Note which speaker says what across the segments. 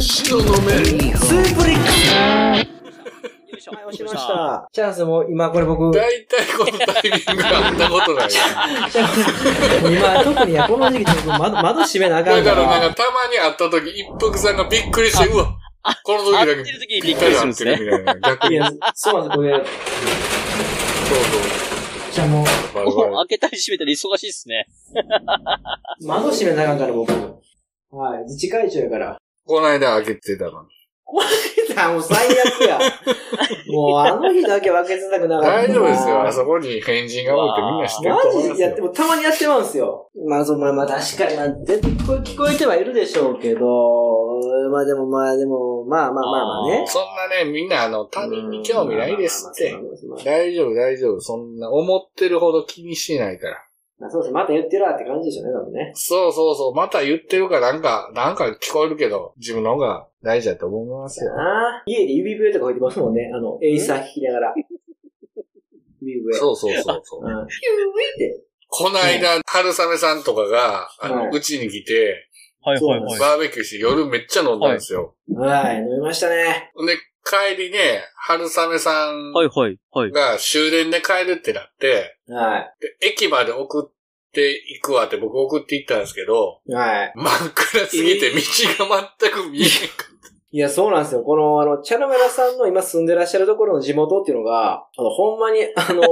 Speaker 1: スを飲め
Speaker 2: スープリックス
Speaker 3: はい
Speaker 2: 押しました。チャンスも今これ僕、チ
Speaker 1: 大体このタイミングあったことないよ。
Speaker 2: ャンスも今特にこの時期ちょっと窓、 窓閉めなあか
Speaker 1: だ
Speaker 2: んか。
Speaker 1: かららなんかたまに会った時、一服さんがびっくりして、うわ、この時だ
Speaker 3: 会
Speaker 1: け
Speaker 3: ってる時にびっくりするんですね
Speaker 1: ぴったり合ってるみたいな。逆
Speaker 2: い
Speaker 1: に。
Speaker 2: や、すまん、これ、
Speaker 1: そ
Speaker 2: じゃあもう、
Speaker 1: うそう。
Speaker 3: 開けたり閉めたり忙しいっすね。
Speaker 2: 窓閉めなあかんから僕。はい、自治会長やから。
Speaker 1: この間開けてたのに。
Speaker 2: もう最悪や。 もうあの日だけ分けづらくなかった。
Speaker 1: 大丈夫ですよ。あそこに変人が多いってみんな知ってると思
Speaker 2: マ
Speaker 1: い
Speaker 2: ジ
Speaker 1: ま
Speaker 2: ですやって
Speaker 1: よ。
Speaker 2: もたまにやってまうんすよ。まあ、そう、まあまあ確かに、まあ、絶対聞こえてはいるでしょうけど、まあでもまあでも、まあまあまあまあね。
Speaker 1: そんなね、みんなあの、他人に興味ないですって
Speaker 2: まあ。まあまあまあまあ
Speaker 1: 大丈夫、大丈夫。そんな、思ってるほど気にしてないから。
Speaker 2: まあそうですね、また言ってるわって感じでしょうね、多分ね。
Speaker 1: そうそうそう。また言ってるから、なんか、なんか聞こえるけど、自分の方が大事だと思いますよ。
Speaker 2: ああ、家で指笛とか置いてますもんね。あの、エイサー弾きながら。指笛。う。
Speaker 1: そうそうそうそう。
Speaker 2: うん。ピューって。
Speaker 1: この間、春雨さんとかが、あ
Speaker 2: は
Speaker 1: の、
Speaker 2: いう
Speaker 1: ちに来て、
Speaker 3: はい
Speaker 2: はいはい
Speaker 1: バーベキューして夜めっちゃ飲んだんですよ。
Speaker 2: はい、飲みましたね。
Speaker 1: で、帰りね、春雨さん
Speaker 3: はいはいはい。
Speaker 1: が終電で帰るってなって、
Speaker 2: は
Speaker 1: で駅まで送っていくわって僕送っていったんですけど、
Speaker 2: い。はい。
Speaker 1: 真っ暗すぎて道が全く見え
Speaker 2: いや、そうなんですよ。この、あの、チャラメラさんの今住んでらっしゃるところの地元っていうのが、あの、ほんまに、あの、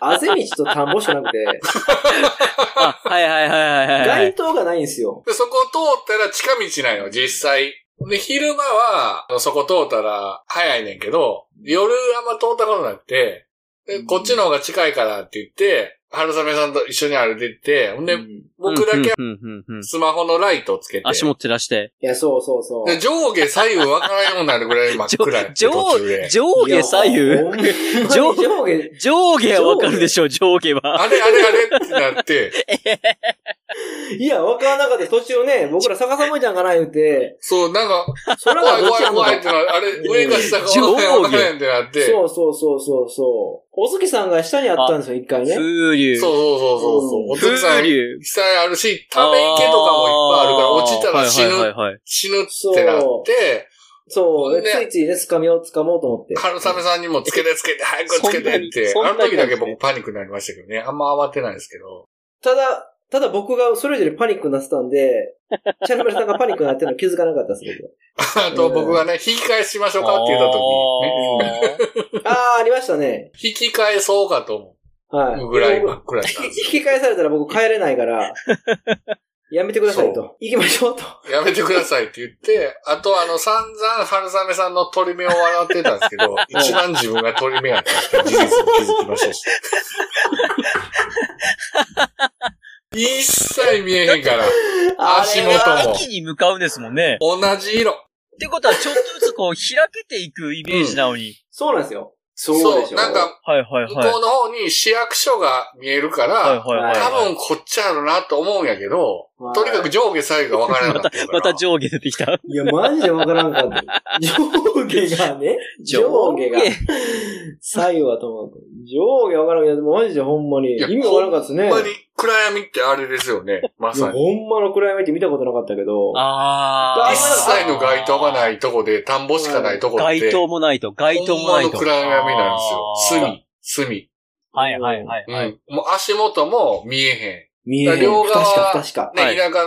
Speaker 2: あぜ道と田んぼしかなくて、
Speaker 3: あ、はいはいはいはいはい。
Speaker 2: 街灯がないんですよ。
Speaker 1: で、そこ通ったら近道なんよ、実際。で、昼間は、あのそこ通ったら早いねんけど、夜あんま通ったことなくて、で、こっちの方が近いからって言って、春雨さんと一緒に歩いてって、ほん
Speaker 2: う
Speaker 1: で
Speaker 2: ん、い
Speaker 1: 僕だけ
Speaker 3: うんうんうんうん。
Speaker 1: スマホのライトをつけて、
Speaker 3: 足も照らして。
Speaker 2: や、そうそうそう。
Speaker 1: で上下左右分からんようになるぐらい真っ暗やって
Speaker 3: 上
Speaker 1: 途中で。
Speaker 3: 上下左
Speaker 2: いや
Speaker 3: 右
Speaker 2: ほんまに上
Speaker 3: 上
Speaker 2: 下。
Speaker 3: 上下はわかるでしょ、上下は。
Speaker 1: あれあれあれってなって、
Speaker 2: いや、わからなかったです途中ね、僕ら逆さ向いたんかな言うて、
Speaker 1: そう、なんか、
Speaker 2: 空
Speaker 1: 怖
Speaker 2: が
Speaker 1: い
Speaker 2: どっ
Speaker 1: 怖
Speaker 2: ち
Speaker 1: い
Speaker 2: やんの
Speaker 1: 怖いっ
Speaker 2: か
Speaker 1: てなる、あれ、上が下が分からん分からんってなって、そう
Speaker 2: そうそうそうそうそう。お月さんが下にあったんですよ、一回ね。
Speaker 3: 風流。
Speaker 1: そうそうそう、お父さ
Speaker 3: 風
Speaker 1: ん
Speaker 3: 流。
Speaker 1: 被災あるし、ため池とかもいっぱいあるから、落ちたら死ぬ、
Speaker 3: はいはいはいはい。
Speaker 1: 死ぬってなって、
Speaker 2: そう、
Speaker 1: ね
Speaker 2: ついついね、掴みを掴もうと思って。
Speaker 1: 春雨さんにもつけてつけて、早くつけてって、
Speaker 3: そんな
Speaker 1: あ
Speaker 3: に
Speaker 1: の時だけ
Speaker 3: そんな感じ
Speaker 1: 僕パニックになりましたけどね、あんま慌てないですけど。
Speaker 2: ただ、ただ僕がそれぞれパニックになってたん で、チャンネルさんがパニックになってるの気づかなかったですけど。
Speaker 1: あと僕がね、引き返しましょうかって言った時に、ね、
Speaker 2: あー、ありましたね。
Speaker 1: 引き返そうかと思
Speaker 2: はい。
Speaker 1: うぐらい真
Speaker 2: 僕
Speaker 1: っ暗だったんです
Speaker 2: 引き返されたら僕帰れないから、やめてください
Speaker 1: そ
Speaker 2: と。行きましょうと。
Speaker 1: よ。やめてくださいって言って、あとあの散々春雨さんの鳥目を笑ってたんですけど、一番自分が鳥目やったって事実に気づきましたし。一切見えへんから。
Speaker 2: あ
Speaker 1: 足
Speaker 2: れ
Speaker 1: 元
Speaker 2: は
Speaker 1: も
Speaker 3: 駅に向かうんですもんね。
Speaker 1: 同じ色。
Speaker 3: ってことは、ちょっとずつこう、開けていくイメージなのに。
Speaker 2: そうなんですよ。そうでしょ。
Speaker 1: なんか、
Speaker 3: はいはい
Speaker 1: 向こ
Speaker 3: はい。
Speaker 1: うの方に市役所が見えるから、
Speaker 3: はいはいはい。
Speaker 1: 多分こっちやろなと思うんやけど、
Speaker 2: はい
Speaker 1: とにかく上下左右が分からなかった。
Speaker 3: また上下出てきた。
Speaker 2: いや、マジでわからんかった。上下がね、上下が
Speaker 3: 上下。
Speaker 2: 左右はともかく上下わからんけど、マジでほんまに。
Speaker 1: いや
Speaker 2: 意味わからんかったですね。
Speaker 1: ほんまに暗闇ってあれですよね。ま
Speaker 2: いや
Speaker 1: さに。
Speaker 2: ほんまの暗闇って見たことなかったけど。
Speaker 3: あー。
Speaker 1: 一切の街灯がないとこで、田んぼしかないとこって。
Speaker 3: 街灯もないと、街灯も
Speaker 1: ほんま
Speaker 3: ない
Speaker 1: の
Speaker 3: と。
Speaker 1: 暗闇なんですよ。
Speaker 3: あー。
Speaker 1: 隅、隅。
Speaker 3: はいはいはい。
Speaker 1: うん。もう足元も見えへ
Speaker 2: 見えへん。
Speaker 1: 両側
Speaker 2: 確か確か
Speaker 1: ん。。ね、
Speaker 3: はい
Speaker 1: 田舎の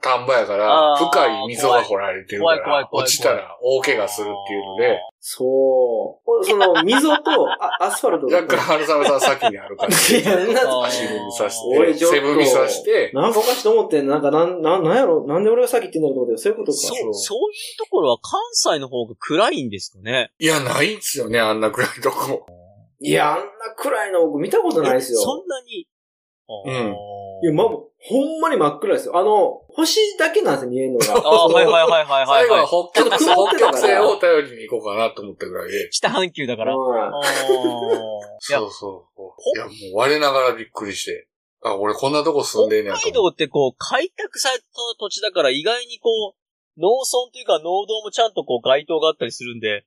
Speaker 1: 田んぼやから、
Speaker 3: あー
Speaker 1: 深い溝が掘られてるか
Speaker 3: 怖い怖い
Speaker 1: ら、
Speaker 3: 怖い怖い
Speaker 1: 落ちたら大怪我するっていうので、
Speaker 2: そう。お その、溝とあアスファルトが
Speaker 1: 若干春雨さん先にあるから。
Speaker 2: いやなんか
Speaker 1: 足踏みさし
Speaker 2: おい
Speaker 1: て、
Speaker 2: ちょっと
Speaker 1: 背踏みさして、
Speaker 2: なんかおかしいと思ってんのなんか、なん、なん、なんやろなんで俺が先言ってんだろうと思ってそういうことか。
Speaker 3: そ、
Speaker 1: そうう
Speaker 3: そういうところは関西の方が暗いんですかね。
Speaker 1: いや、ないんすよね、あんな暗いとこ。
Speaker 2: いや、あんな暗いの僕見たことないですよ。
Speaker 3: そんなに。
Speaker 1: うん
Speaker 2: いや、ま、ほんまに真っ暗ですよ。あの、星だけなんですよ、見えるの
Speaker 3: あー
Speaker 2: が。
Speaker 3: はいはいはいはいは
Speaker 1: 最
Speaker 3: い
Speaker 1: 後は
Speaker 3: はい。
Speaker 1: 北極
Speaker 2: ち
Speaker 1: 星、
Speaker 2: ょっ
Speaker 1: 北
Speaker 2: と曇ってた
Speaker 1: 極
Speaker 2: から
Speaker 1: 星を頼りに行こうかなと思ったぐらいで。
Speaker 3: 北半球だから。
Speaker 2: は
Speaker 3: あーいや
Speaker 1: そうそうそう。いや、もう我ながらびっくりして。あ、俺こんなとこ住んでんねやと
Speaker 3: 北海
Speaker 1: 思っ
Speaker 3: 道ってこう、開拓された土地だから意外にこう、農村というか農道もちゃんとこう街灯があったりするんで、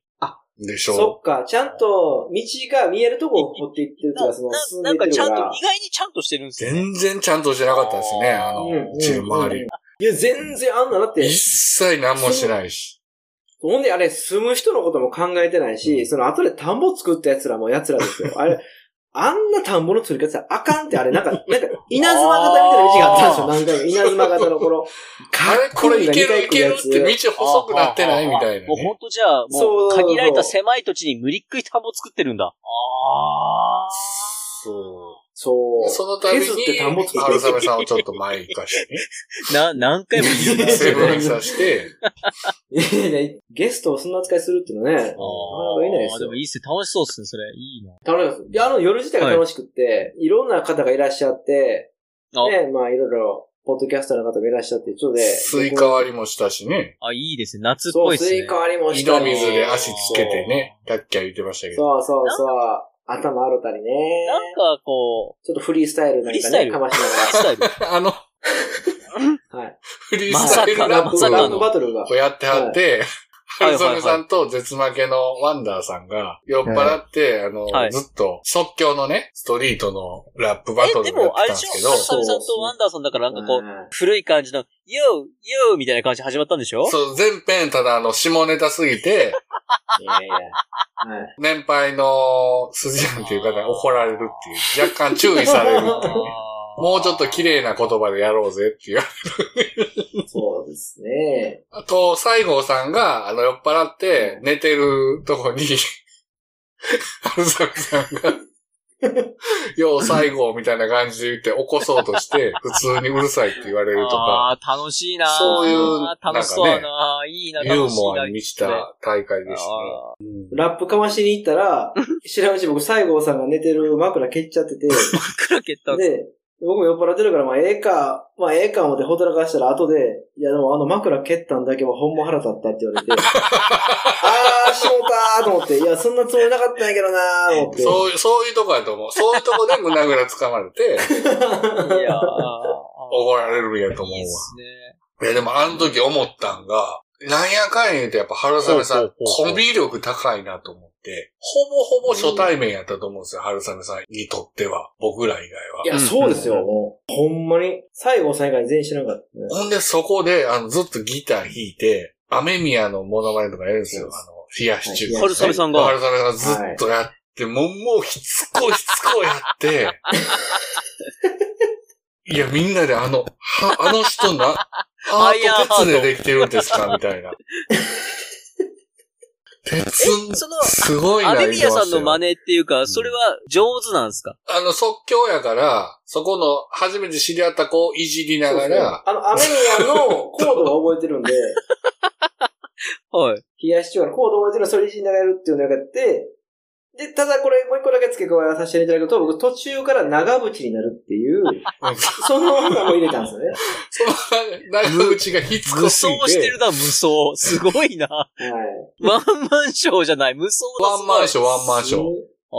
Speaker 1: てでし
Speaker 2: い。そ
Speaker 1: ょ
Speaker 2: っか、ちゃんと道が見えるとこを掘っていってるっていう
Speaker 3: な
Speaker 2: か、その、進ん
Speaker 3: な
Speaker 2: で
Speaker 3: んか
Speaker 2: いって
Speaker 3: ちゃ
Speaker 2: る
Speaker 3: ん
Speaker 2: か
Speaker 3: と、意
Speaker 2: ら。
Speaker 3: 外にちゃんとしてるんですよね。
Speaker 1: 全然ちゃんとしてなかったですね、あ
Speaker 3: う
Speaker 1: の
Speaker 3: ん、
Speaker 1: 地周り。
Speaker 2: いや、全然あんなだって、
Speaker 1: 一切何もしてないし。
Speaker 2: ほんで、あれ、住む人のことも考えてないし、その後で田んぼ作った奴らも奴らですよ。あれ、あんな田んぼの作り方あかんって、あれ、 なんか、なんか、稲妻型みたいな道があったんですよ、何回も。稲妻型のこの、
Speaker 1: あれこれいけるいけるっ
Speaker 2: かこいい
Speaker 1: て道細くなってないみたいな、
Speaker 3: もう
Speaker 1: ね。
Speaker 3: ほんとじゃあ、も
Speaker 2: そうう
Speaker 3: 限られた狭い土地に無理っくり田んぼ作ってるんだ。あ
Speaker 2: そう。そう。
Speaker 1: そのたびに
Speaker 2: 削って田んぼ、作って
Speaker 1: 春雨さんをちょっと前に行かして、
Speaker 3: あ。な、何回も言うな。
Speaker 1: ね、セブンにさして、
Speaker 2: いやいやいやゲストをそんな扱いするっていうのね。
Speaker 3: あ
Speaker 2: なかなかいないで
Speaker 3: あ、
Speaker 2: す
Speaker 3: で
Speaker 2: よ
Speaker 3: もいいっすね。楽しそうっすね、それ。いいな。
Speaker 2: 楽しかったです。いや、あの夜自体が楽しくって、い、ろんな方がいらっしゃって、
Speaker 3: あ
Speaker 2: ね、まあいろいろ、ポッドキャスターの方もいらっしゃって、ちょっとで、
Speaker 1: スイカ割りもしたしね、
Speaker 3: あ、いいですね。夏っ
Speaker 2: そ、
Speaker 3: ぽいうっす
Speaker 2: ス
Speaker 3: ね。
Speaker 2: イカ割りも
Speaker 1: 井
Speaker 2: し
Speaker 1: 戸
Speaker 2: たり。
Speaker 1: 水で足つけてね、キャッキャ言ってましたけど。
Speaker 2: そうそうそう。頭あるたりね。
Speaker 3: なんかこ
Speaker 2: ちょっとフリースタイルなん
Speaker 3: フリース
Speaker 2: か
Speaker 3: タイ
Speaker 2: ね、
Speaker 3: ル
Speaker 2: かましな
Speaker 3: う、スタイル。
Speaker 1: あの、
Speaker 2: がら。はい。
Speaker 1: フリースタイルラッ
Speaker 3: まさ
Speaker 1: プ
Speaker 3: か
Speaker 2: ラ
Speaker 1: を
Speaker 2: ップバトルが。
Speaker 1: こうやってはって、
Speaker 3: はい
Speaker 1: 春雨さんと絶負けのワンダーさんが酔っ払って、あの、
Speaker 3: はい
Speaker 1: ずっと即興のね、ストリートのラップバト
Speaker 3: え、
Speaker 1: ル
Speaker 3: で
Speaker 1: をやっ
Speaker 3: も、あ
Speaker 1: てた
Speaker 3: れ
Speaker 1: ん
Speaker 3: で
Speaker 1: です
Speaker 3: しょ
Speaker 1: けど、
Speaker 3: 春雨さん
Speaker 2: そう
Speaker 3: とワンダーさんだからなんかこ
Speaker 2: う
Speaker 3: う、
Speaker 2: ん
Speaker 3: 古い感じの、よー、よーみたいな感じで始まったんでしょ
Speaker 1: そう、前編ただあの、下ネタすぎ て、
Speaker 2: いやいや。はい。
Speaker 1: 年配の筋ジャンっていう方に怒られるっていう、若干注意されるっ ていうね。もうちょっと綺麗な言葉でやろうぜっていう。
Speaker 2: そうですね。
Speaker 1: あと、西郷さんが、あの、酔っ払って、寝てるとこに、 春雨さんが、よう西郷みたいな感じで言って起こそうと して、普通にうるさいって言われるとか、
Speaker 3: ああー、楽しいなー
Speaker 1: そういう
Speaker 3: 楽しそうやなーいいな、
Speaker 1: ユ
Speaker 3: 楽
Speaker 1: ー
Speaker 3: しい
Speaker 1: モ
Speaker 3: な。
Speaker 1: アに満ちた大会でしたね。
Speaker 3: あ
Speaker 2: ラップかましに行ったら、知らんうち僕、西郷さんが寝てる枕蹴っちゃってて、
Speaker 3: ークラケット。
Speaker 2: で、僕も酔っ払ってるから、まあ、ええか、まあ、ええか思ってほたらかしたら後で、いや、でもあの枕蹴ったんだけはほんま腹立ったって言わ れて、あー、しもたーと思って、いや、そんなつもりなかったんやけどなー思って。
Speaker 1: そういう、そういうとこやと思う。そういうとこで胸ぐらつかまれ て、
Speaker 3: いやー
Speaker 1: 怒られるんやと思
Speaker 3: いいっ
Speaker 1: うわ。
Speaker 3: すね。
Speaker 1: いや、でもあの時思ったんが、なんやかんや言うとやっぱ春雨さん、
Speaker 3: ほうほうほうほう
Speaker 1: コミュ力高いなと思って、ほぼほぼ初対面やったと思うんですよ、春雨さんにとっては。僕ら以
Speaker 2: い
Speaker 1: 外は。
Speaker 2: や、そうですよ、もう。ほんまに。西郷さん以外全員知らなかったね。
Speaker 1: ほんでそこで、あの、ずっとギター弾いて、雨宮のモノマネとかやるんですよ、
Speaker 2: そうです
Speaker 1: あの、冷やし中華。
Speaker 2: はい
Speaker 3: 春雨さんが
Speaker 1: 春雨さんがずっとやって、もう、もうしつこいしつこいやって、いや、みんなであの、はあの人な、ハート鉄でできてるんですかみたいな。鉄
Speaker 3: え、その、
Speaker 1: すごいな、
Speaker 3: アメミ
Speaker 1: 言
Speaker 3: ヤさんの
Speaker 1: いますよ
Speaker 3: 真似っていうか、それは上手なんですか
Speaker 1: あの、即興やから、そこの、初めて知り合った子をいじりながら、
Speaker 2: あの、アメミヤのコードは覚えてるんで、
Speaker 3: はい。
Speaker 2: 冷やし中華のコードを覚えてるのそれ自身流れるっていうのをやって、で、ただこれもう一個だけ付け加えさせていただくと、僕途中から長渕になるっていう、 その名も入れたんですよね。
Speaker 1: その、長渕がひつ
Speaker 3: 無
Speaker 1: こす
Speaker 3: 双
Speaker 1: ぎ
Speaker 3: して
Speaker 1: て
Speaker 3: る、な、無双。すごいな。
Speaker 2: はい。
Speaker 3: ワンマンショーじゃない、無双だ
Speaker 1: ワンマンショー、ワンマンショー。
Speaker 3: あ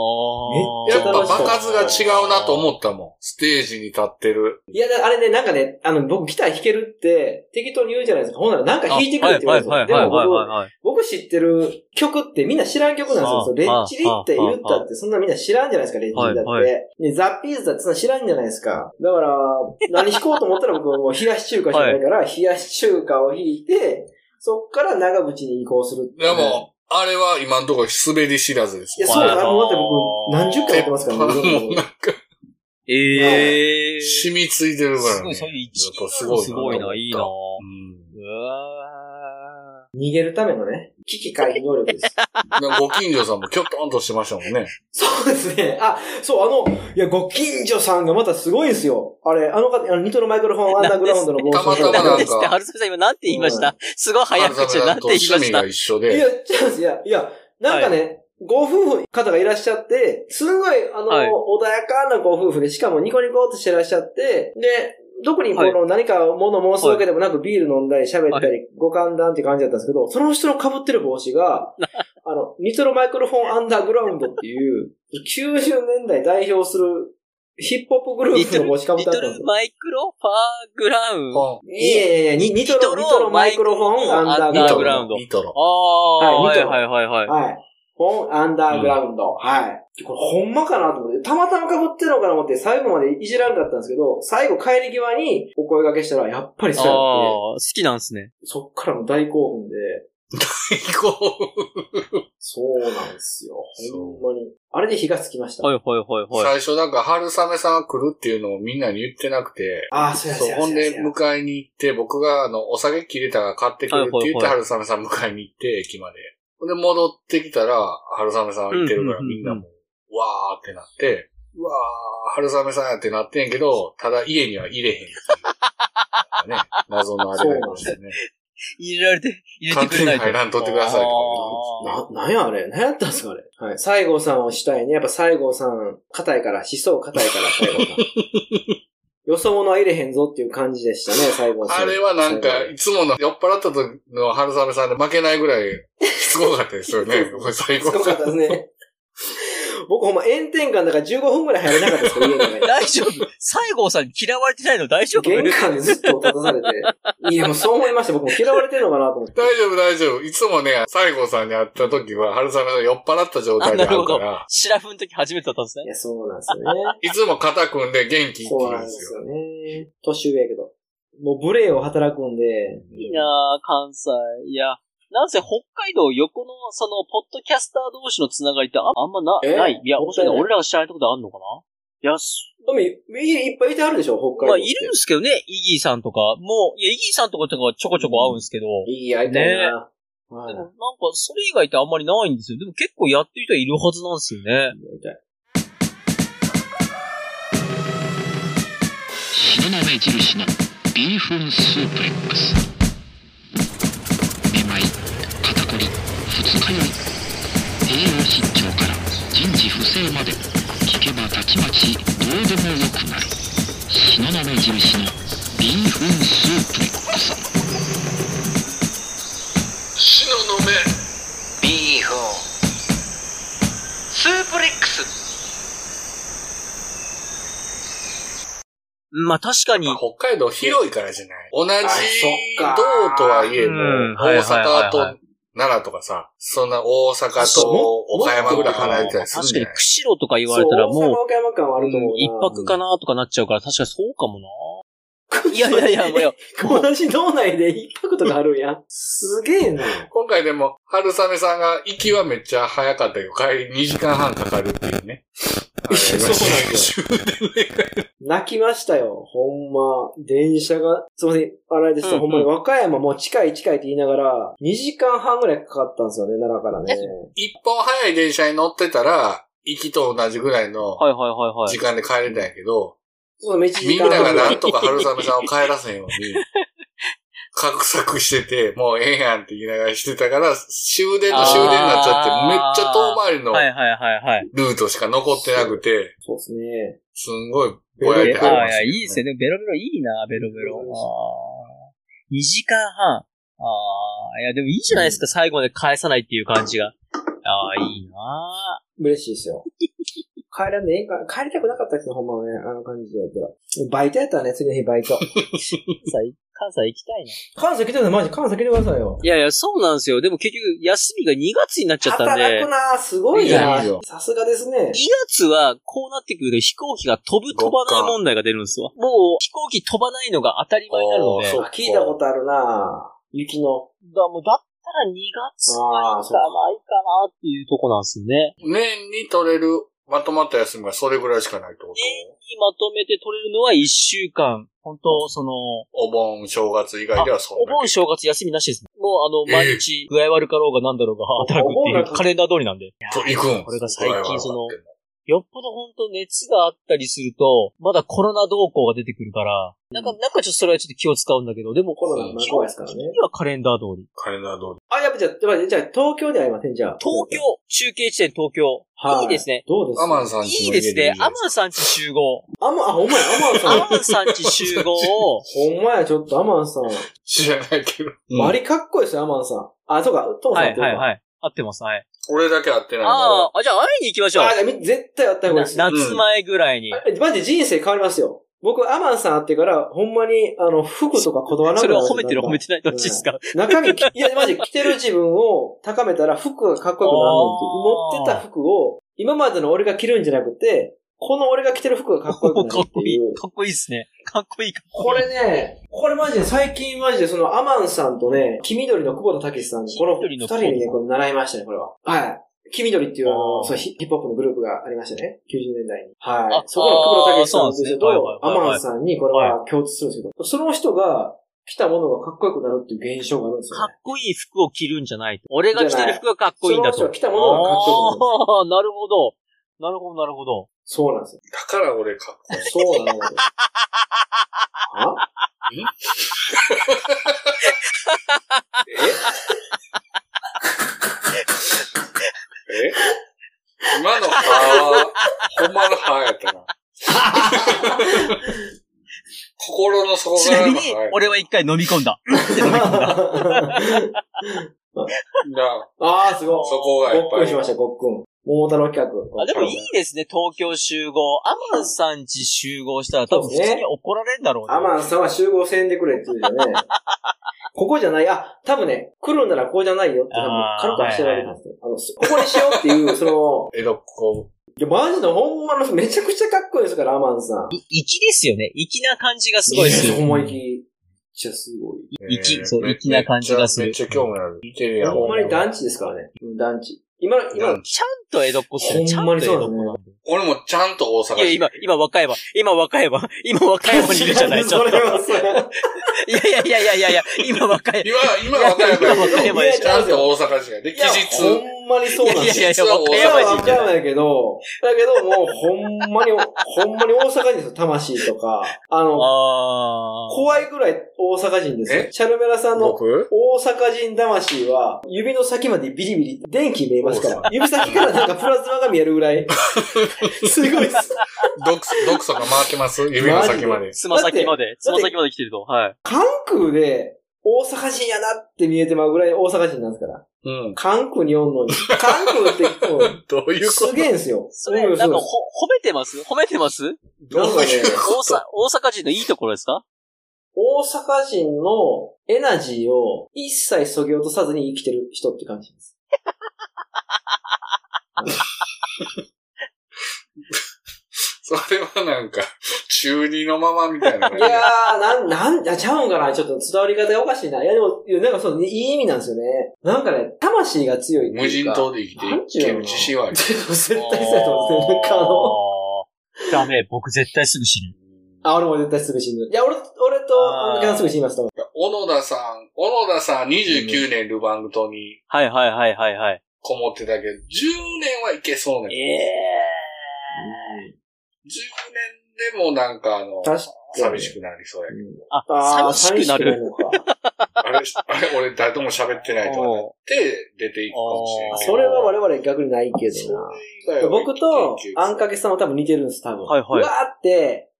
Speaker 2: め
Speaker 3: あ。
Speaker 1: やっぱ
Speaker 2: バカ
Speaker 1: 場数が違うなと思ったもん。ステージに立ってる。
Speaker 2: いや、だあれね、なんかね、あの、僕ギター弾けるって、適当に言うじゃないですか。ほんならなんか弾いてくれって言われるんですよ。でも僕、
Speaker 3: はい。
Speaker 2: 僕知ってる曲ってみんな知らん曲なんですよ。そうレ
Speaker 3: あ
Speaker 2: ッチリって言ったって、そんなみんな知らんじゃないですか、レッチリだ
Speaker 3: は
Speaker 2: っ
Speaker 3: いは
Speaker 2: て。ねザ・ピーズだってそんな知らんじゃないですか。だから、何弾こうと思ったら僕はもう冷やし中華しかないから、冷やし中華を弾いて、そっから長渕に移行するってい
Speaker 1: で
Speaker 2: うね。
Speaker 1: も、あれは今のところ滑り知らずです
Speaker 2: いや、
Speaker 1: よ。
Speaker 2: そうだ、
Speaker 3: あ
Speaker 2: あ
Speaker 3: の
Speaker 2: の、だって僕、何十回やってますからね。
Speaker 1: もうなんか、
Speaker 3: ええ。
Speaker 1: 染みついてるからね。
Speaker 3: すごい、そういう一
Speaker 1: やっぱ
Speaker 3: すごいすごいな、いいな。
Speaker 1: う
Speaker 3: うんわ
Speaker 2: 逃げるためのね、危機回避能力です。
Speaker 1: でもご近所さんもキョトンとしてましたもんね。
Speaker 2: そうですね。あ、そう、あの、いや、ご近所さんがまたすごいんですよ。あれ、あの方、あの、ニトロマイクロフォンアンダーグラウンドの帽子
Speaker 1: たまた
Speaker 3: ー。
Speaker 1: ま
Speaker 3: なん
Speaker 1: な
Speaker 3: で
Speaker 1: ん
Speaker 3: すって、
Speaker 1: か、
Speaker 3: 春雨さん今なんて言いましたすごい早口で
Speaker 1: 春
Speaker 3: な
Speaker 1: 雨さん
Speaker 3: んて
Speaker 1: と
Speaker 3: 言い
Speaker 1: 趣
Speaker 3: まし
Speaker 1: 味
Speaker 3: た
Speaker 1: が一緒
Speaker 2: い
Speaker 1: で、
Speaker 2: や、ちゃうんですいや、いや、なんかね、ご夫婦方がいらっしゃって、すごい、あの、
Speaker 3: はい
Speaker 2: 穏やかなご夫婦で、しかもニコニコっとしてらっしゃって、で、特にこ
Speaker 3: はい
Speaker 2: の何か物申すわけでもなく、ビール飲んだり喋ったり、ご勘談って感じだったんですけど、その人の被ってる帽子が、あの、ニトロマイクロフォンアンダーグラウンドっていう、90年代代表するヒップホップグル
Speaker 3: リ
Speaker 2: ープ
Speaker 3: ト
Speaker 2: の
Speaker 3: ル
Speaker 2: 帽子被っ
Speaker 3: リ
Speaker 2: てあっ
Speaker 3: ト
Speaker 2: たんです
Speaker 3: ル
Speaker 2: よ。
Speaker 3: マイクロファーグラウン。あ
Speaker 1: ポン、
Speaker 2: いやいやいや、にニトロ、ニ
Speaker 3: ニ
Speaker 2: ト
Speaker 3: ト
Speaker 2: ロ
Speaker 3: ロ
Speaker 2: マイクロフォンアンダーグ
Speaker 1: ニ
Speaker 2: ラ
Speaker 1: ト
Speaker 2: ウン
Speaker 3: グラウ
Speaker 1: ロ
Speaker 3: ンド、
Speaker 1: ニ トロ。
Speaker 3: あー、
Speaker 2: は
Speaker 3: はいい
Speaker 2: 見た
Speaker 3: はいはいはい。
Speaker 2: ド。はい。フォンアンダーグラウンド。はい。これほんまかなと思って、たまたま被ってるのかなと思って、最後までいじらんかったんですけど、最後帰り際にお声掛けしたら、やっぱり
Speaker 3: あ
Speaker 2: そ
Speaker 3: あ
Speaker 2: うやっ
Speaker 3: ー、好きなんですね。
Speaker 2: て、そっからもう大興奮で、
Speaker 1: 行こ。
Speaker 2: そうなんですよ。ほんまに。あれで火がつきました。
Speaker 3: はいはいはいうはい。
Speaker 1: 最初なんか春雨さんが来るっていうのをみんなに言ってなくて、
Speaker 2: ああ、そうや
Speaker 1: そう、ほ
Speaker 2: そ
Speaker 1: ん
Speaker 2: うや
Speaker 1: で
Speaker 2: そうや。
Speaker 1: 迎えに行って、僕があの、お酒切れたから買ってくるって言って、
Speaker 3: はいはい
Speaker 1: 春雨さん迎えに行って、駅まで。ほんで戻ってきたら、春雨さん行ってるから
Speaker 3: うんうんうんうん
Speaker 1: みんなも、わーってなって、うわー、春雨さんやってなってんけど、ただ家には入れへんっていう。 ね、謎のあれがありましたね。
Speaker 3: 入れられて、入れて
Speaker 1: 勝
Speaker 3: く
Speaker 1: 手
Speaker 3: れな
Speaker 1: に
Speaker 3: いと。
Speaker 1: 入らんとってくださいとか言って
Speaker 3: あ
Speaker 2: な、なんやあれ何やったんすかあれはい。西郷さんをしたいね。やっぱ西郷さん、硬いから、思想硬いから、西郷さん。よそ者は入れへんぞっていう感じでしたね、西郷さん。
Speaker 1: あれはなんか、い
Speaker 2: 西
Speaker 1: つもの酔っ払った時の春雨さんで負けないぐらい、すごかったですよね。最
Speaker 2: 郷
Speaker 1: 後
Speaker 2: さんすごかったですね。 僕ほんま炎天下だから15分ぐらい入れなかったですよ、家の中に。
Speaker 3: 大丈夫西郷さんに嫌われてないの大丈夫
Speaker 2: 玄関でずっと立たされて。いや、もうそう思いました。僕も嫌われてるのかなと思って。
Speaker 1: 大丈夫、大丈夫。いつもね、西郷さんに会った時は、春雨さんが酔っ払った状態で会うか
Speaker 3: あな
Speaker 1: ら、
Speaker 3: シラフの時初めてだったんです
Speaker 2: い
Speaker 3: ね。
Speaker 2: や、そうなんですよね。
Speaker 1: いつも肩組んで元気って
Speaker 2: そう
Speaker 1: 言う
Speaker 2: なんん
Speaker 1: で
Speaker 2: ですす
Speaker 1: よ。
Speaker 2: よね。年上やけど。もう無礼を働くんで。
Speaker 3: いいなぁ、関西。いや、なんせ北海道横の、その、ポッドキャスター同士のつながりってああんまな、
Speaker 2: え
Speaker 3: ない。いや、
Speaker 2: も
Speaker 3: も
Speaker 2: っ
Speaker 3: したか
Speaker 2: いない
Speaker 3: 俺らが知らないところであんのかないや、す
Speaker 2: でも、いいっぱいいてあるでしょ、北海道。
Speaker 3: まあ、いるんですけどね、イギーさんとか。もう、いや、イギーさんとかとかはちょこちょこ会うんですけど。
Speaker 2: いい会いたい
Speaker 3: ね
Speaker 2: な。は
Speaker 3: で
Speaker 2: い
Speaker 3: もなんか、それ以外ってあんまりないんですよ。でも結構やってる人はいるはずなんですよね。
Speaker 2: 会いたい。
Speaker 4: 白鍋印のビーフンスープレックスめまい肩こり二日酔い栄養失調から人事不正まで聞けばたちまちどうでもよくなる白鍋印のビーフンスープレックス
Speaker 1: 死のの目。
Speaker 4: ビーフンスープレックス
Speaker 3: まあ、確かに。
Speaker 1: 北海道広いからじゃない同じ
Speaker 2: あそっか
Speaker 1: 道とはいえ、
Speaker 3: う
Speaker 1: も大
Speaker 3: ん
Speaker 1: 阪
Speaker 3: はいはいはいは
Speaker 1: と奈良とかさ、そんな大阪
Speaker 2: そう
Speaker 1: と
Speaker 2: もっと
Speaker 1: 岡山ぐらい離れてたりするん
Speaker 3: 確
Speaker 1: じ
Speaker 3: か
Speaker 1: ゃ
Speaker 3: に、
Speaker 1: ない
Speaker 3: 釧路とか言われたら
Speaker 2: そう大阪
Speaker 3: も
Speaker 2: 岡山間はあ
Speaker 3: う、う
Speaker 2: ると思
Speaker 3: ん
Speaker 2: う
Speaker 3: 一
Speaker 2: な。
Speaker 3: 泊かなとかなっちゃうから、確かにそうか もな。いやいやいや、もうよ。
Speaker 2: 同じ道内で一泊とかあるんや。すげえな。
Speaker 1: 今回でも、春雨さんが行きはめっちゃ早かったけど、帰り2時間半かかるっていうね。あれ
Speaker 2: そうなんだ
Speaker 1: 終
Speaker 2: 泣きましたよ。ほんま。電車が、すいません。あれですよ、
Speaker 3: うんう
Speaker 2: ほ
Speaker 3: ん
Speaker 2: んまに和歌山もう近い近いって言いながら、2時間半ぐらいかかったんですよね、奈良からね。
Speaker 1: 一本早い電車に乗ってたら、行きと同じぐらいの
Speaker 3: はいはいはいはい
Speaker 1: 時。間で帰れたんやけど、
Speaker 2: そう、1時
Speaker 1: みん
Speaker 2: 間
Speaker 1: なが
Speaker 2: 半ぐら
Speaker 1: ないん。とか春雨さんを帰らせんように、画策してて、もうええやんって言いながらしてたから、終電の終電になっちゃって、
Speaker 3: あー
Speaker 1: めっちゃ遠回りの
Speaker 3: はいはいはいはい。
Speaker 1: ルートしか残ってなくて、
Speaker 2: そうですね。
Speaker 1: すんごいぼやいて
Speaker 3: あ
Speaker 1: はりま
Speaker 3: あ、いや、いい
Speaker 1: し
Speaker 3: で
Speaker 1: た
Speaker 3: すよね。ベロベロいいな、ベロベロ。あー2時間半。ああ、いや、でもいいじゃないですか、最後まで返さないっていう感じが。ああ、いいな
Speaker 2: 嬉しいですよ。帰らんでええんか、帰りたくなかったですね、ほんまはね。あの感じでやったら。バイトやったらね、次の日バイト。
Speaker 3: 関西、関西行きたいな。
Speaker 2: 関西来てください、マジ関西来てくださいよ。
Speaker 3: いやいや、そうなんですよ。でも結局、休みが2月になっちゃったんで
Speaker 2: 働、くなすごいない
Speaker 1: いよ
Speaker 2: さすがですね
Speaker 3: 2。月はこうなってくると飛行機が飛ぶ飛ばない問題が出るんですわ。もう飛行機飛ばないのが当たり前なの
Speaker 1: おー
Speaker 3: で、
Speaker 1: そう
Speaker 3: だか
Speaker 2: あ聞いたことあるな雪の。
Speaker 3: らもうだったら2月は行かないかなっていうとこなんですよね。
Speaker 1: 年に取れるまとまった休みがそれぐらいしかないってこと
Speaker 3: 年にまとめて取れるのは1週間。本当その、
Speaker 1: お盆、正月以外ではそ
Speaker 3: お
Speaker 1: んなに。
Speaker 3: 盆正月休みなしです。もうあの、
Speaker 1: ええ
Speaker 3: 毎日具合悪かろうがなんだろうが働く
Speaker 2: お盆なん
Speaker 3: ってい
Speaker 2: か
Speaker 3: うカレンダー通りなんで。
Speaker 1: と行くん。
Speaker 3: これが最近その
Speaker 1: ドライバーが
Speaker 3: よっぽど本当熱があったりすると、まだコロナ動向が出てくるから、なんか、なんかちょっとそれはちょっと気を使うんだけど、でも
Speaker 2: コロナの怖いですからね。
Speaker 3: 次はカレンダー通り。
Speaker 1: カレンダー通り。
Speaker 2: あ、やっぱじゃあ、やっぱじゃあ東京ではありません、じゃあ。
Speaker 3: 東京、中継地点東京。
Speaker 2: はい
Speaker 3: いですね。
Speaker 2: どうです
Speaker 1: アマンさんち
Speaker 3: いい
Speaker 1: の家
Speaker 3: ですね。アマ
Speaker 1: ン。
Speaker 3: ンさんち集合。
Speaker 2: アマン、あ、ほんまや、アマン
Speaker 3: ア
Speaker 2: さん。
Speaker 3: マンさんち集合 を、
Speaker 2: ほんまや、ちょっとアマンさん。
Speaker 1: 知らないけど。
Speaker 2: バリかっこいいですよ、アマンさん。あ、そうか、トモさん
Speaker 3: は
Speaker 2: って
Speaker 3: い
Speaker 2: うか
Speaker 3: はいはい。合ってます、はい。
Speaker 1: 俺だけ会ってないの。
Speaker 3: ああ、あじゃあ会いに行きましょう。
Speaker 2: あ、じゃあ絶対やった方がいい
Speaker 3: な
Speaker 2: です。
Speaker 3: 夏前ぐらいに。
Speaker 2: あマジで人生変わりますよ。僕、アマンさんあってから、ほんまに、あの、服とかこだわらな
Speaker 3: そ
Speaker 2: く
Speaker 3: れ
Speaker 2: な
Speaker 3: は
Speaker 2: る
Speaker 3: 褒めてる褒めてないどっちですか
Speaker 2: 中身、いや、マジ、着てる自分を高めたら服がかっこよくなるねんっていう。持ってた服を、今までの俺が着るんじゃなくて、この俺が着てる服がかっこよく
Speaker 3: か
Speaker 2: なるっ
Speaker 3: っ
Speaker 2: て
Speaker 3: こいい
Speaker 2: いう。。
Speaker 3: かっこいいですね。かっこいい。かっ
Speaker 2: これね、これマジで、最近マジで、その、アマンさんとね、黄緑の久保田武史さんに、この
Speaker 3: 黄
Speaker 2: 二
Speaker 3: 緑の
Speaker 2: 人
Speaker 3: 久保田
Speaker 2: にね、これ習いましたね、これは。はい。黄緑っていう、あ
Speaker 3: あ
Speaker 2: の、
Speaker 3: ー
Speaker 2: そう、ヒヒップホップのグループがありましたね。90年代に。は
Speaker 3: あ
Speaker 2: い。そこの久保田武史
Speaker 3: あーそう
Speaker 2: さ
Speaker 3: なん
Speaker 2: ん
Speaker 3: ですね
Speaker 2: と、
Speaker 3: は
Speaker 2: ア
Speaker 3: いはいはいはい
Speaker 2: マンさんにこれは共通するんですけど、その人が着たものがかっこよくなるっていう現象があるんですよね。
Speaker 3: こいい服を着るんじゃないと。俺が着てる服がかっこいいんだと。
Speaker 2: その人が着たものがかっこよくなる。
Speaker 3: あーなるほど。なるほど、なるほど。
Speaker 2: そうなんです よ。
Speaker 1: だから俺かっこいい。
Speaker 2: そうなのよ。は
Speaker 1: え今の歯は、ほんまの歯やったな。心の底
Speaker 3: ち
Speaker 1: か
Speaker 3: な
Speaker 1: ら
Speaker 3: み
Speaker 1: の
Speaker 3: に
Speaker 1: 歯やった、
Speaker 3: 俺は一回飲み込んだ。って飲み込んだ。
Speaker 1: なあ
Speaker 2: ああ、すごい。
Speaker 1: そこがやっ
Speaker 2: ごっく
Speaker 1: ぱ
Speaker 2: んしました、ごっくん。桃太郎企画。
Speaker 3: あでもいいですね、東京集合。アマンさんち集合したら多分普通に怒られるんだろうね。
Speaker 2: アマンさんは集合せんでくれって言うよね。ここじゃない、あ、多分ね、来るんならここじゃないよって多分
Speaker 3: あー
Speaker 2: 軽く走られるんですよ。あの、そここにしようっていう、その、
Speaker 1: 江戸っ子。
Speaker 2: いや、マジのほんまの、めちゃくちゃかっこいいですから、アマンさん。
Speaker 3: 粋ですよね。粋な感じがすごいですよ。
Speaker 2: 思いきり。めっちゃすごい。
Speaker 3: 粋、そう、
Speaker 1: め
Speaker 3: 粋な感じがす
Speaker 1: め
Speaker 3: る。
Speaker 1: っちゃめっちゃ
Speaker 3: ちゃ
Speaker 1: 興味ある。似てるやん。
Speaker 2: ほんまに団地ですからね。うん団地。今の、今の、
Speaker 3: んと江戸っ子っすね。ちゃ
Speaker 2: ほ
Speaker 3: ん
Speaker 2: ん
Speaker 3: と
Speaker 2: まにそ
Speaker 3: 江
Speaker 2: う
Speaker 3: 戸
Speaker 2: です
Speaker 3: っ子
Speaker 2: ね
Speaker 3: なんで。
Speaker 1: 俺もちゃんと大
Speaker 3: い
Speaker 1: 阪
Speaker 3: や、今、今若いわ。今若いわ。今若いわにいるじゃない、ちょっと。
Speaker 2: それはそれ
Speaker 3: いやいやいやいやいや、今若い。
Speaker 1: 今、今和歌山
Speaker 3: 今和歌山
Speaker 1: や
Speaker 3: で
Speaker 1: け
Speaker 3: し
Speaker 1: ど、
Speaker 3: ょ
Speaker 1: ちゃんと大阪市やで、
Speaker 2: い
Speaker 1: 期
Speaker 2: や
Speaker 1: 日。
Speaker 2: ほんまにそうなんです
Speaker 3: い
Speaker 2: よ
Speaker 3: やいやいや、和歌
Speaker 2: いや、
Speaker 3: 山
Speaker 2: わ
Speaker 3: 人じ
Speaker 2: か
Speaker 3: ゃ
Speaker 2: ん
Speaker 3: ない。
Speaker 2: ないけど、だけどもう、ほんまに、ほんまに大阪人ですよ、魂とか。あの、
Speaker 3: あー。
Speaker 2: 怖いぐらい大阪人ですよ
Speaker 1: え。
Speaker 2: チャルメラさんの
Speaker 1: 僕
Speaker 2: 大阪人魂は、指の先までビリビリ、電気見えますから。指先からなんかプラズマが見えるぐらい。すごいっす。
Speaker 1: 毒素、毒素が回ってます指の先まで。
Speaker 3: つま先まで、つ
Speaker 2: だっ
Speaker 3: ま
Speaker 2: て
Speaker 3: 先まで来てると。はい。
Speaker 2: 関空で、大阪人やなって見えてまうぐらい大阪人なんですから。
Speaker 1: うん。
Speaker 2: 関空におんのに。関空って、うん
Speaker 1: どういうこ
Speaker 2: す
Speaker 1: と
Speaker 2: げえんすよ。
Speaker 3: それ、なん
Speaker 2: う
Speaker 3: か、
Speaker 2: で
Speaker 3: ほ
Speaker 2: す、
Speaker 3: 褒めてます褒めてます
Speaker 1: どういうこ
Speaker 3: 大
Speaker 1: と
Speaker 3: 阪、大阪人のいいところですか
Speaker 2: 大阪人のエナジーを一切そぎ落とさずに生きてる人って感じです。
Speaker 1: それはなんか、中二のままみたいな感
Speaker 2: い
Speaker 1: じ。
Speaker 2: やー、なん、なん、いやちゃうんかなちょっと伝わり方おかしいな。いや、でも、いやなんかそう、いい意味なんですよね。なんかね、魂が強いっていうか。
Speaker 1: 無人島で生きていける自信はある。
Speaker 2: 絶対そうやと思うんですよ。なんか
Speaker 3: あの。ダメ、僕絶対すぐ死ぬ。
Speaker 2: あの、あ、俺も絶対すぐ死ぬ。いや、俺、俺と、あの、キャンすぐ死にますと。
Speaker 1: 小野田さん、小野田さん29年ルバング島に
Speaker 3: はいはいはいはいはい。
Speaker 1: こもってたけど、10年はいけそうね。
Speaker 3: ええ
Speaker 1: 10年でもなんかあの、
Speaker 2: 確かに。
Speaker 1: 寂しくなりそうや。
Speaker 3: ー。
Speaker 2: あ
Speaker 3: あ、
Speaker 2: ー
Speaker 3: 寂しく
Speaker 2: 寂しく
Speaker 3: なる。
Speaker 2: なるのか。
Speaker 1: あれ、あれ俺誰とも喋ってないとかなって出ていくかもしれない。
Speaker 2: それは我々逆にないけどな。僕と、あんかけさんは多分似てるんです、多分。
Speaker 3: はいはいう
Speaker 2: わーって、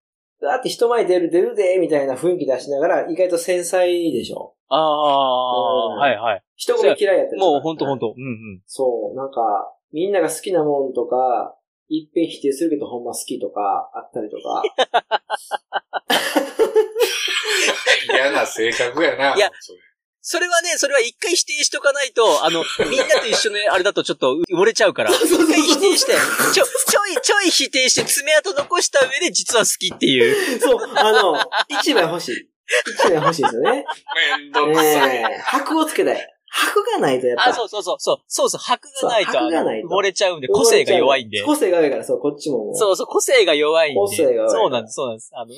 Speaker 2: うわーって人前出る出るで、みたいな雰囲気出しながら、意外と繊細でしょ。
Speaker 3: ああ、
Speaker 2: うん
Speaker 3: はいはい。
Speaker 2: 人混み嫌いやったりするから
Speaker 3: もうほんとほんと。うんうん。
Speaker 2: そう、なんか、みんなが好きなもんとか、いっぺん否定するけどほんま好きとか、あったりと か。
Speaker 1: 嫌な性格やな。
Speaker 3: いや
Speaker 1: それ
Speaker 3: それはね、それは一回否定しとかないと、あの、みんなと一緒のあれだとちょっと埋もれちゃうから。一回否定して、 ちょ、ちょい、ちょい否定して爪痕残した上で実は好きっていう。
Speaker 2: そう、あの、一枚欲しい。一枚欲しいですよ ね。
Speaker 1: めんどくさい。
Speaker 2: ねえ、箔をつけたい。箔がないとやっぱ。
Speaker 3: あ、そうそうそう、そう、そうそう、箔がないと、
Speaker 2: そう箔が
Speaker 3: あの
Speaker 2: ないと
Speaker 3: 埋もれちゃうんで、個性が弱いんで。
Speaker 2: 個性が弱いから、そう、こっちももう。
Speaker 3: そうそう、個性が弱いんで。
Speaker 2: 個性が弱い
Speaker 3: そうなんです、そうなんです。あの、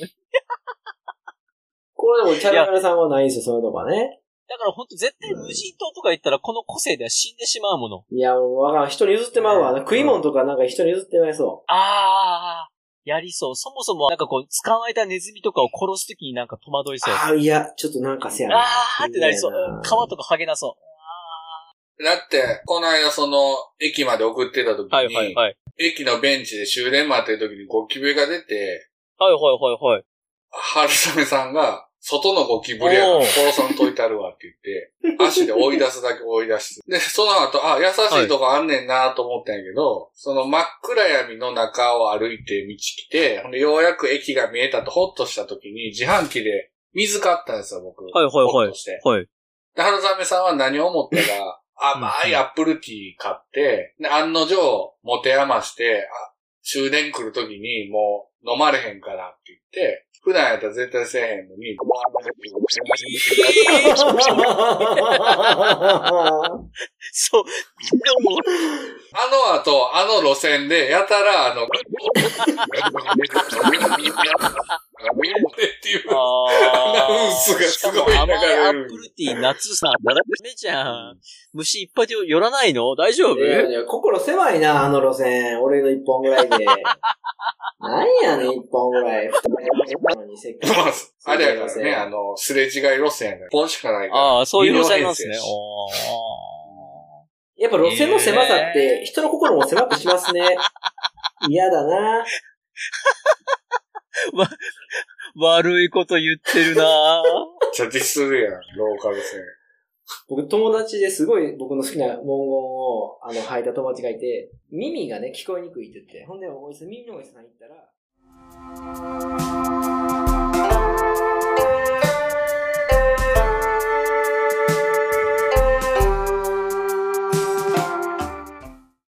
Speaker 2: これでも、チャラメラさんはないんですよ、そういうのがね。
Speaker 3: だからほんと絶対無人島とか行ったらこの個性では死んでしまうもの。
Speaker 2: いや、もうわからん。人に譲ってまうわ。食い物とかなんか人に譲ってまいそう。
Speaker 3: ああ、やりそう。そもそもなんかこう、捕まえたネズミとかを殺すときになんか戸惑いそう。
Speaker 2: あ
Speaker 3: あ
Speaker 2: あ、いや、ちょっとなんかせやな。
Speaker 3: あーってなりそう。うん皮
Speaker 2: っ
Speaker 3: とか剥げなそ
Speaker 1: だって、この間その、駅まで送ってた時
Speaker 3: う。はいはい
Speaker 1: に、
Speaker 3: はい。
Speaker 1: 駅のベンチで終電待ってる時にゴキブリが出て、
Speaker 3: はいはいはい
Speaker 1: 春雨さんが、外のゴキブリやか
Speaker 3: お
Speaker 1: ら
Speaker 3: う
Speaker 1: 殺さんといたるわって言 って、足で追い出すだけ追い出して。で、その後、あ、優しいとこあんねんなと思ったんやけど、その真っ暗闇の中を歩いて道来て、ほんでようやく駅が見えたとほっとした時に自販機で水買ったんですよ、僕。
Speaker 3: はいはいはい
Speaker 1: ほっとして。
Speaker 3: はい。はい。
Speaker 1: で、春雨さんは何を思ったか、甘いアップルティー買って、で案の定、持て余して、終電来る時にもう飲まれへんからって言って、普段やったら絶対せえへんのに、
Speaker 3: そう。でも、
Speaker 1: あの後、あの路線で、やたら、あの、 っていう、
Speaker 3: あ
Speaker 1: アナウンスがすごい流れる
Speaker 3: しかも甘いアップルティー、夏さ、だらダメじゃん。虫いっぱいで寄らないの大丈夫、
Speaker 2: いやいや、心狭いな、あの路線。俺の一本ぐらいで。何やねん、一本ぐらい。二人なのにせっかく
Speaker 1: あれやからね、あの、すれ違い路線やから、ここしかないから。
Speaker 3: ああ、そういう路線なんです
Speaker 1: 微。
Speaker 3: ね
Speaker 1: 妙編成
Speaker 3: お
Speaker 2: やっぱ路線の狭さって、人の心も狭くしますね。嫌だな。
Speaker 3: ー悪いこと言ってるな
Speaker 1: チャティスるやん、ローカル線。
Speaker 2: 僕、友達ですごい僕の好きな文言を、あの、吐いた友達がいて、耳がね、聞こえにくいって言って、ほんで、おいつ、耳のおいつさん行ったら、